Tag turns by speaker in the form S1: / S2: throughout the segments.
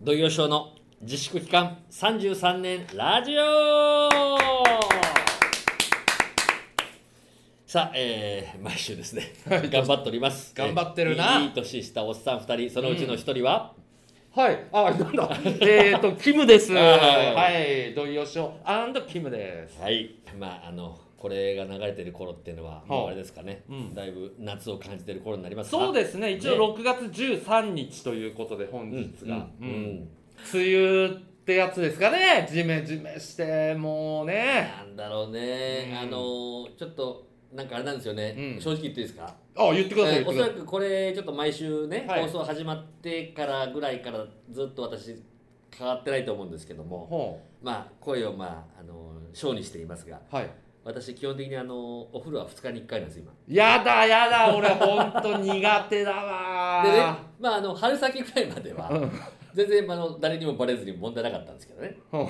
S1: 土曜賞の自粛期間33年ラジオさあ、えー毎週ですね、
S2: はい
S1: 頑張っております。
S2: 頑張ってるな
S1: えーいいいい年したおっさん2人、そのうちの1人は、
S2: はい、あ、なんだ、 えっと、キムです。
S1: あはい
S2: はい、土井善雄、アンドキムです。
S1: はい、まあ、あの、これが流れてる頃っていうのは、もうあれですかね、
S2: うん
S1: だいぶ夏を感じてる頃になりますか
S2: そうですね、一
S1: ね
S2: 応6月13日ということで、本日が。
S1: う
S2: うん
S1: うんん
S2: 梅雨ってやつですかね、ジメジメして、もうね。
S1: なんだろうね、
S2: うん
S1: あのーちょっとなんかあれなんですよね、
S2: うん
S1: 正直言っていいですか、
S2: あ、言ってくださ
S1: え
S2: い、
S1: ー
S2: 言
S1: お
S2: っ
S1: そ
S2: てくだ
S1: ら
S2: さい。
S1: くこれちょっと毎週ね、
S2: はい
S1: 放送始まってからぐらいからずっと私変わってないと思うんですけども
S2: ほ
S1: まあ声をまああのー小にしていますが
S2: うはい。
S1: 私基本的にあのーお風呂は2日に1回なんです今
S2: やだやだ、俺ほんと苦手だわ
S1: でねまああの春先ぐらいまでは
S2: うん
S1: 全然あの誰にもバレずに問題なかったんですけどね
S2: ほ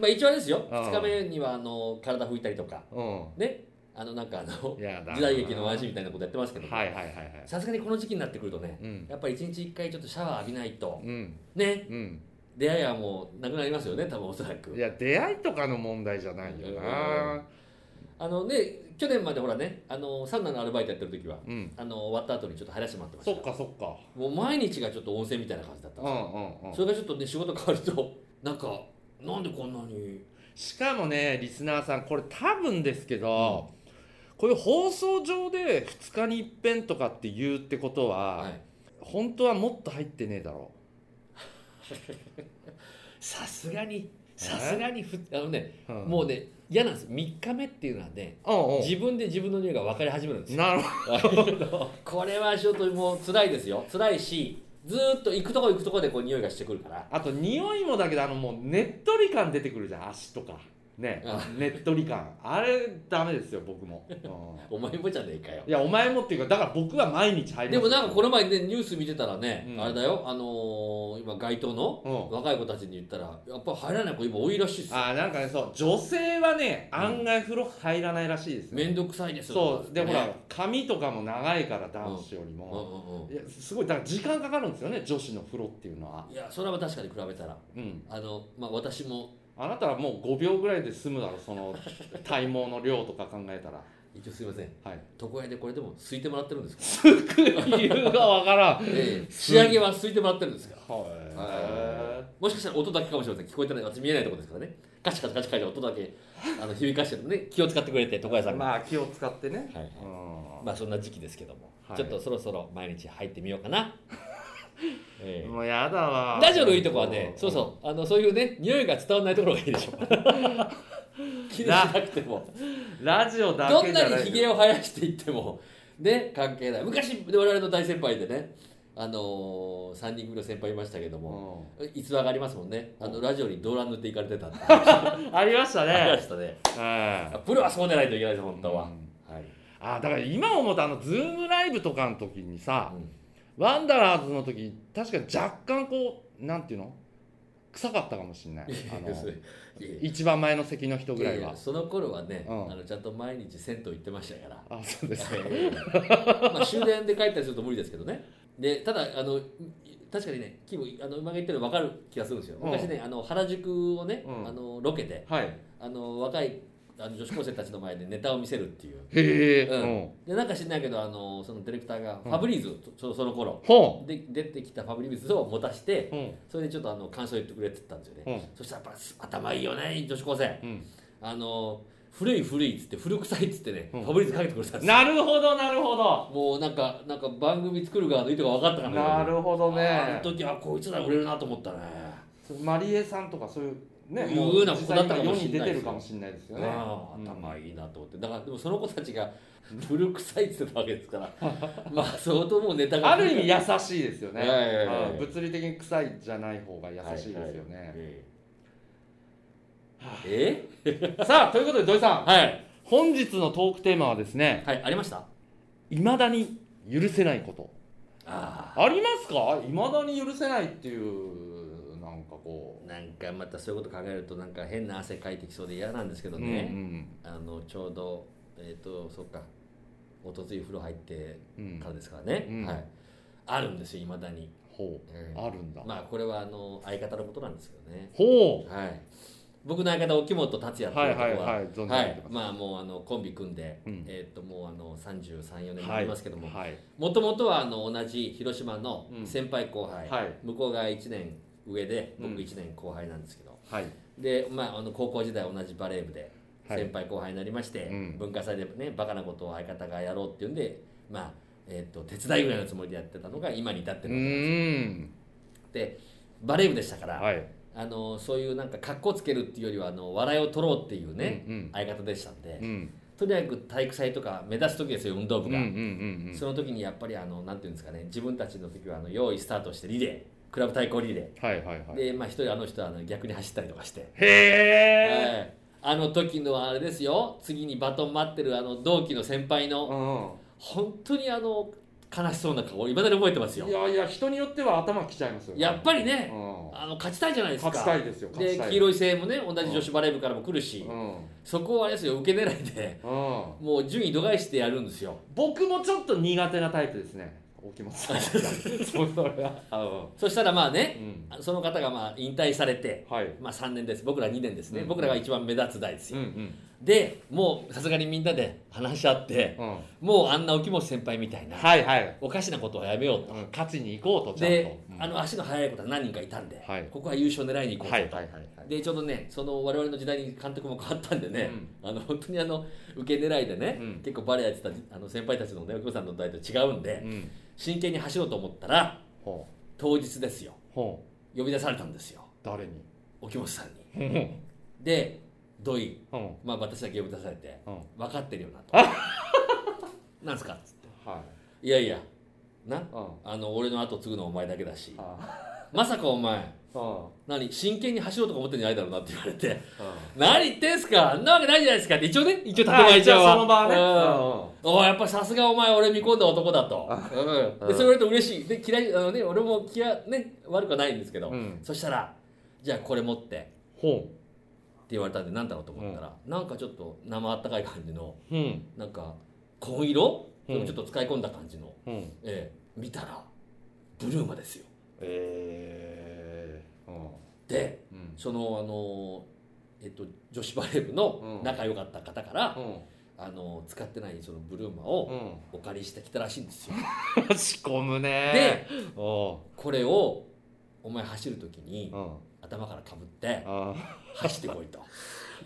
S1: まあ一応あれですよ
S2: ああ
S1: 2日目にはあの体拭いたりとか
S2: ううん。
S1: ねあのなんかあの
S2: やだな
S1: 時代劇のワンシーンみたいなことやってますけど
S2: はいはいはいはい。
S1: さすがにこの時期になってくるとね、
S2: うん
S1: やっぱり一日一回ちょっとシャワー浴びないと
S2: うん。
S1: ね
S2: うん。
S1: 出会いはもうなくなりますよね多分おそらく
S2: いや、出会いとかの問題じゃないよな。
S1: あのね去年までほらねあのサウナのアルバイトやってる時は
S2: うん。
S1: あの終わった後にちょっと入らせてもらってま
S2: そ
S1: し
S2: ったかそっか。
S1: もう毎日がちょっと温泉みたいな感じだったん
S2: う
S1: で
S2: ん
S1: すよ
S2: うんうん
S1: そ。れがちょっとね仕事変わるとなんかなんでこんなに
S2: しかもね、リスナーさん、これ多分ですけど、こういう放送上で2日に一遍とかって言うってことは、
S1: はい
S2: 本当はもっと入ってねえだろ
S1: さすがにさすがにふあのね
S2: う。うん
S1: もうね嫌なんです3日目っていうのはね
S2: うんう
S1: 自分で自分の匂いが分かり始めるんですよ
S2: ん。なるほ
S1: これはちょっともう辛いですよ辛いしずーっと行くとこ行くとこでこう匂いがしてくるから
S2: ど。あと、匂いもだけど、あの、もう、ねっとり感出てくるじゃん、足とか。ね
S1: あ、
S2: ねっとり感。あれ、ダメですよ、僕も。うん
S1: お前もじゃねえかよ
S2: いや、お前もっていうか、だから僕は毎日入り
S1: で
S2: ます
S1: も
S2: よ
S1: なんかこの前ねニュース見てたらね、
S2: うん
S1: あれだよあのー今街頭の
S2: うん。
S1: 若い子たちに言ったらやっぱ入らない子今多いらしいですよ
S2: あーなんかね、そう、女性はね、
S1: うん
S2: 案外風呂入らないらしいですね。
S1: 面倒くさいですよ
S2: そうで
S1: ね
S2: ほら髪とかも長いから男子より
S1: うん
S2: も、
S1: うんう
S2: いやすごいだから時間かかるんですよね女子の風呂っていうのは
S1: んいやそれは確かに比べたら
S2: うん
S1: あのまあ私も
S2: あなたはもう5秒ぐらいで済むだろその体毛の量とか考えたら
S1: 一応すいません
S2: はい
S1: 床屋でこれでもすいてもらってる んですか、
S2: 理由がわからん
S1: ええ仕上げはすいてもらってるんですか
S2: は
S1: もしかしたら音だけかもしれません聞こえてない私見えないところですからねカチカチカチカチ音だけあの響かしてるね気を使ってくれて床屋さん
S2: い
S1: が、
S2: まあ気を使ってね
S1: はい、
S2: うん
S1: まあそんな時期ですけども、
S2: はい
S1: ちょっとそろそろ毎日入ってみようか な、ええ
S2: もうやだわ
S1: ラジオのいいとこはねそうそうあのそういうね匂いが伝わらないところがいいで しょ気にしなくても
S2: うんラジオだ
S1: ど
S2: け
S1: ん
S2: じゃ
S1: な
S2: ない
S1: にひげを生やしていってもね関係ない昔我々の大先輩でねあのー、3人組の先輩いましたけども、
S2: も
S1: 逸話がありますもんねあのラジオに動乱塗っていかれてたって
S2: ありました
S1: ありま
S2: ね
S1: したね
S2: はい
S1: プロは そうでないといけないです本当は、
S2: うん
S1: はい、
S2: あだから今思うとあのズームライブとかの時にさ、
S1: うん
S2: ワンダラーズの時確かに若干こうなんていうの臭かったかもしれないあの
S1: それいやいや
S2: 一番前の席の人ぐら
S1: い
S2: い
S1: やい
S2: は
S1: やその頃はね、
S2: うん
S1: あのちゃんと毎日銭湯行ってました から
S2: あそうですね
S1: まあ終電で帰ったりすると無理ですけどねでただあの確かにねキムあの馬が言ってるの分かる気がするんですよ
S2: うん
S1: 昔ねあの原宿をね、
S2: うん
S1: あのロケで
S2: はい
S1: あの若いあの女子高生たちの前でネタを見せるっていう
S2: へえ、
S1: う
S2: うんん
S1: でなんか知んないけどあのそのディレクターがファブリーズを、ちょその頃
S2: ほ
S1: で出てきたファブリーズを持たして
S2: ううん
S1: それでちょっとあの感想言ってくれって言ったんですよね、
S2: うん
S1: そしたらやっぱす頭いいよね女子高生
S2: うん
S1: あの古い古いっつって古臭いっつってね、
S2: うん
S1: ファブリーズかけてくれたんですよ
S2: なるほどなるほど
S1: もうなんかなんか番組作る側の意図が分かったかのように
S2: なるほど
S1: あ
S2: ね
S1: の時はこいつら売れるなと思ったね
S2: マリエさんとかそういうね
S1: いうような子だったかもしれないですよ
S2: 世に出てるかもしれないですよね
S1: ああ
S2: うん
S1: 頭いいなと思ってだからでもその子たちが古臭いっつってたわけですから まあ相当もうネタが
S2: ある意味優しいですよね、
S1: いやいやいやいや
S2: うん物理的に臭いじゃない方が優しいですよね、
S1: ええ
S2: さあということで土井さん
S1: はい
S2: 本日のトークテーマはですね
S1: はいありました
S2: いまだに許せないこと
S1: あ
S2: ありますかいまだに許せないっていうなんかこ
S1: あなんかまたそういうこと考えるとなんか変な汗かいてきそうで嫌なんですけ
S2: う
S1: ど
S2: うん
S1: ね、あのちょうどえっ、とそうかおとつい風呂入って
S2: うんうん
S1: からですからね、
S2: うん
S1: はいあるんですよいまだに
S2: ほ
S1: うん
S2: うあるんだ、
S1: まあこれはあの相方のことなんですけどね
S2: ほ
S1: はい僕の相方沖本達
S2: う
S1: 也って
S2: はいい
S1: と
S2: う
S1: こ
S2: は
S1: は
S2: いはい存じ上
S1: は
S2: げて
S1: い
S2: ま、
S1: まあもうあのコンビ組んで、
S2: うん
S1: えーっともうあの334
S2: す、
S1: 年になりますけども
S2: はい
S1: もともとはあの同じ広島の
S2: うん
S1: 先輩後輩、
S2: はい
S1: 向こうが1年上で僕
S2: うん
S1: 1年後輩なんですけど、
S2: はい
S1: で、まあ、あの高校時代同じバレー部で
S2: はい
S1: 先輩後輩になりまして、
S2: うん
S1: 文化祭でねバカなことを相方がやろうっていうんで、まあえーっと手伝いぐらいのつもりでやってたのが今に至って
S2: う
S1: るわけです
S2: ーん
S1: でバレー部でしたから、
S2: はい
S1: あのそういうなんか格好つけるっていうよりはあの笑いを取ろうっていうね、
S2: うんうん
S1: 相方でしたんで、
S2: うん
S1: とにかく体育祭とか目立つ時ですよ運動
S2: うんう
S1: 部が、
S2: んうんうん
S1: その時にやっぱりあのなんていうんですかね自分たちの時はあの用意スタートしてリレークラブ対抗リレ
S2: はいはいは
S1: ー、
S2: い
S1: でまあ一人あの人はあの逆に走ったりとかして、
S2: へえ、
S1: はいあの時のあれですよ次にバトン待ってるあの同期の先輩の本当にあの悲しそうな顔いまだに覚えてます
S2: う
S1: よ
S2: ん、いやいや人によっては頭きちゃいますよね
S1: やっぱりね
S2: うん
S1: あの勝ちたいじゃないですか
S2: 勝ちたいですよ勝ち
S1: で
S2: たい
S1: 黄色い声もね同じ女子バレー部からも来るし、
S2: うん
S1: そこはあれですよ受け狙いで
S2: うん
S1: もう順位度外視してやるんです よ
S2: 僕もちょっと苦手なタイプですね沖本さ んそうそれはあの
S1: そしたらまあ
S2: う
S1: ね
S2: ん
S1: その方がまあ引退されて
S2: はい
S1: まあ、3年です僕ら2年ですね、
S2: うん
S1: 僕らが一番目立つ代です
S2: うん
S1: よ、
S2: うん
S1: でもうさすがにみんなで話し合って、
S2: うん
S1: もうあんな沖本先輩みたいな、
S2: はいはい
S1: おかしなことはやめようと、
S2: うん勝ちに行こうとちゃんと
S1: で、
S2: うん
S1: あの足の速い子は何人かいたんで、
S2: はい
S1: ここは優勝狙いに行こうと、
S2: はいはいはいはい
S1: でちょうどねその我々の時代に監督も変わったんでね、あの本当にあの受け狙いでね、
S2: うん
S1: 結構バレーやってたあの先輩たちのね沖本さんの代と違うんで、
S2: うん
S1: 真剣に走ろうと思ったら
S2: ほ
S1: 当日ですよ
S2: うほう
S1: 呼び出されたんですよ
S2: 誰に
S1: 沖本さんに
S2: ほう
S1: で土井
S2: ほ
S1: まあ私だけ呼び出されて
S2: ううん
S1: 分かってるよなと。なんすかっつって
S2: はい
S1: いやいやな
S2: うん
S1: あの俺の後継ぐのはお前だけだし
S2: あ
S1: まさかお前
S2: うん
S1: 何真剣に走ろうとか思ってんじゃないだろうなって言われて
S2: うん
S1: 何言ってんすかあんなわけないじゃないですかって一応ね一応建
S2: あ
S1: 前
S2: 一
S1: 上
S2: 応
S1: は
S2: その場
S1: うん
S2: はね
S1: おいやっぱさすがお前俺見込んだ男だと、うん、
S2: う
S1: で
S2: ん
S1: それと嬉しいで嫌いあのね俺も気はね悪くはないんですけど、
S2: うん
S1: そしたらじゃあこれ持って
S2: ほ
S1: って言われたんで何だろうと思ったら、なんかちょっと生あったかい感じの
S2: ううん
S1: なんか紺色、
S2: うん
S1: でもちょっと使い込んだ感じの、
S2: うん
S1: ええ見たらブルーマですよ
S2: ええ
S1: で
S2: うん
S1: そのあのえっと女子バレー部の
S2: うん
S1: 仲良かった方から、
S2: うん
S1: あの使ってないそのブルーマを
S2: うん
S1: お借りしてきたらしいんですよ、
S2: 仕込む
S1: で
S2: ねお
S1: これをお前走る時に
S2: ううん
S1: 頭からかぶって
S2: あ
S1: 走ってこいと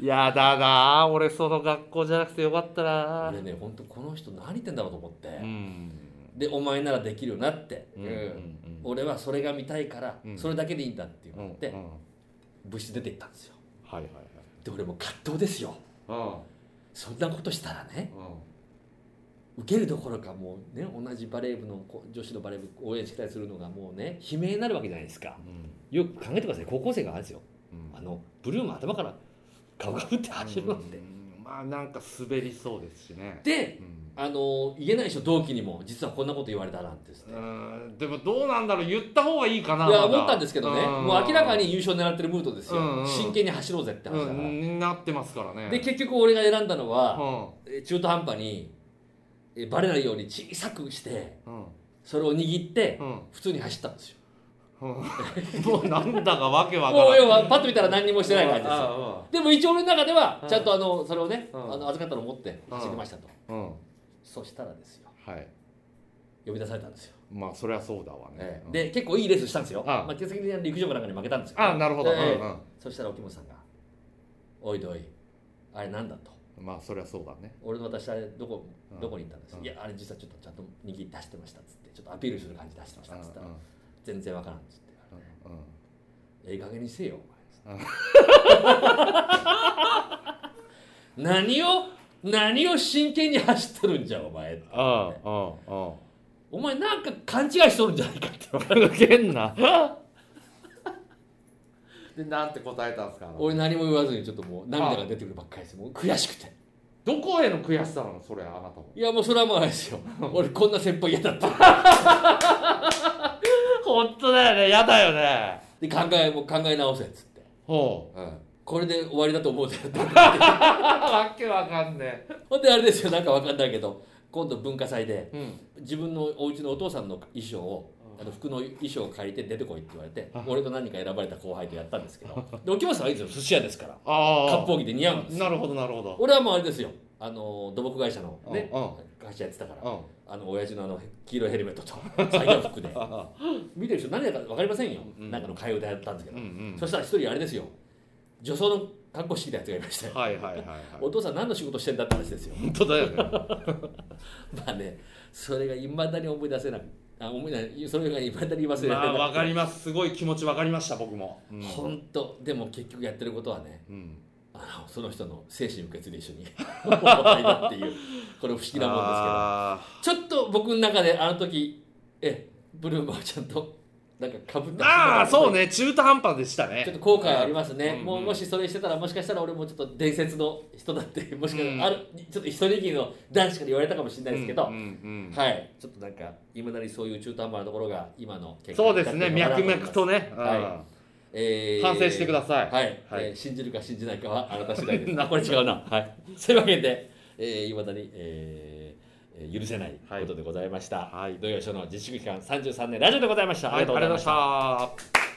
S2: やだなあ俺その学校じゃなくてよかったなあ
S1: 俺ね本当この人何言ってんだろうと思って、
S2: うん
S1: でお前ならできるよなって、
S2: うん
S1: う
S2: うんん
S1: 俺はそれが見たいから、
S2: うん
S1: それだけでいいんだって
S2: う
S1: 言
S2: ん
S1: って、
S2: うん
S1: 部室出て行ったんですよ
S2: はいはいはい
S1: で俺もう葛藤ですよ
S2: う
S1: そんなことしたらね
S2: んうん
S1: 受けるどころかもうね同じバレー部の子女子のバレー部応援してたりするのがもうね悲鳴になるわけじゃないですかよく考えてください高校生があれですよ
S2: うん
S1: あのブルーム頭から顔かぶって走るなんて、
S2: うんまあなんか滑りそうですしね
S1: で
S2: うん
S1: あの言えないでしょ同期にも実はこんなこと言われたなんてですね
S2: うんでもどうなんだろう言った方がいいかない
S1: や
S2: まだ
S1: 思ったんですけどね
S2: ん
S1: もう明らかに優勝狙ってるムードですよ、
S2: うんうん
S1: 真剣に走ろうぜって話だ
S2: う
S1: から、
S2: んなってますからね
S1: で結局俺が選んだのは、
S2: うん
S1: えー中途半端にえーバレないように小さくして
S2: うん
S1: それを握って
S2: うん
S1: 普通に走ったんですよ、
S2: うんもうなんだかわけわか ら
S1: もう
S2: ない
S1: 要はパッと見たら何にもしてない感じですよ
S2: よ
S1: でも一応俺の中では
S2: うん
S1: ちゃんとあのそれをね、
S2: うん
S1: あの預かったのを持って
S2: うん
S1: 走りましたと、
S2: うんうん
S1: そしたらですよ
S2: はい
S1: 呼び出されたんですよ、
S2: まあそりゃそうだわね
S1: ええ、で結構いいレースしたんですよ、
S2: ん
S1: まあ、結局的に陸上部なんかに負けたんですけ
S2: あなるほど、
S1: ええ
S2: うんうん
S1: そしたら沖本さんが「おいどいあれなんだ」と
S2: まあそりゃそうだね
S1: 「俺の私あれどこ
S2: うん
S1: どこに行ったんです
S2: うん
S1: いやあれ実はちょっとちゃんと握って走ってました」っつってちょっとアピールする感じで走ってましたっつったら
S2: うんうん
S1: 「全然わからん」っつって
S2: うんうん
S1: 「ええ加減にせえよお前」何を何を真剣に走っとるんじゃお前
S2: あああ
S1: お前なんか勘違いしとるんじゃないかって
S2: あああけんな でなんて答えたんですか
S1: 俺何も言わずにちょっともう涙が出てくるばっかりですもう悔しくて
S2: どこへの悔しさなのそれあなたも
S1: いやもうそれはもうあれですよ俺こんな先輩嫌だった
S2: 本当だよね嫌だよね
S1: で考えもう考え直せっつって、
S2: ほ
S1: これで終わりだと思うぜって
S2: う わけわかんね
S1: ほんであれですよなんかわかんないけど今度文化祭で
S2: えうん
S1: 自分のお家のお父さんの衣装をあの服の衣装を借りて出てこいって言われて
S2: あ
S1: 俺と何か選ばれた後輩とやったんですけどで沖本さんはいいですよ寿司屋ですから
S2: ああ
S1: 割烹着で似合うんです
S2: なるほどなるほど
S1: 俺はもうあれですよあの土木会社のね
S2: うんうん
S1: 会社やってたから
S2: うん
S1: あの親父のあの黄色いヘルメットと作業服で
S2: あ
S1: 見てる人何だか分かりませんよ、
S2: うん
S1: なんかの替え歌やったんですけ
S2: ー
S1: ど、
S2: うんうん
S1: そしたら一人あれですよ女装の格好してきたやつがいまして、
S2: はいはいはいはい
S1: お父さん何の仕事してんだって話ですよ
S2: 本当だよ ね
S1: まあねそれがいまだに思い出せなくあ思いないそれがいまだに忘れられな
S2: まあわか
S1: り
S2: りますすごい気持ちわかりました僕もうん
S1: 本当でも結局やってることはね
S2: うん
S1: あのその人の精神受け継いで一緒に お互いだっていうこれ不思議なもんですけど
S2: あ
S1: ちょっと僕の中であの時えブルームはちゃんとなんかかぶっ
S2: ー
S1: た
S2: あーそうね中途半端でしたね
S1: ちょっと後悔ありますね、
S2: うん
S1: もうもしそれしてたらもしかしたら俺もちょっと伝説の人だってもしかした
S2: うん
S1: らある、ちょっと一人きりの男子から言われたかもしれないですけど、
S2: うんうんうん
S1: はいちょっとなんかいまだにそういう中途半端なところが今の結
S2: そう
S1: 果に
S2: で
S1: 至って
S2: すね
S1: るのかな
S2: 脈
S1: 思います
S2: 々とねうん
S1: はえー
S2: 反省してください
S1: はい、
S2: はい
S1: えー信じるか信じないかはあなた次第 ですなこれ違うなはいそういうわけでいま、未だに、えーえー許せないことでございました、
S2: はい
S1: 土曜日の自粛期間33年ラジオでございました、
S2: はいありがとうございました